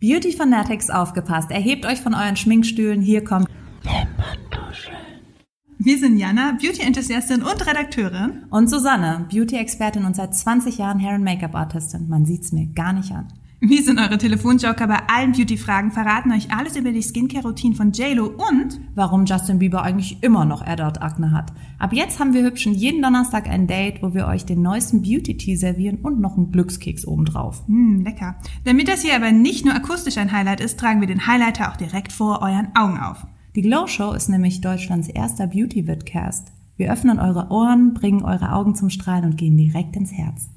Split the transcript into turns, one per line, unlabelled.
Beauty Fanatics aufgepasst. Erhebt euch von euren Schminkstühlen. Hier kommt
Wir sind Jana, Beauty-Enthusiastin und Redakteurin.
und Susanne, Beauty-Expertin und seit 20 Jahren Hair- und Make-up-Artistin. Man sieht's mir gar nicht an.
Wir sind eure Telefonjoker bei allen Beauty-Fragen, verraten euch alles über die Skincare-Routine von JLo und
Warum Justin Bieber eigentlich immer noch Adult-Akne hat. Ab jetzt haben wir Hübschen jeden Donnerstag ein Date, wo wir euch den neuesten Beauty-Tee servieren und noch einen Glückskeks obendrauf.
Mh, hm, lecker. Damit das hier aber nicht nur akustisch ein Highlight ist, tragen wir den Highlighter auch direkt vor euren Augen auf.
Die Glow Show ist nämlich Deutschlands erster Beauty-Vidcast. Wir öffnen eure Ohren, bringen eure Augen zum Strahlen und gehen direkt ins Herz.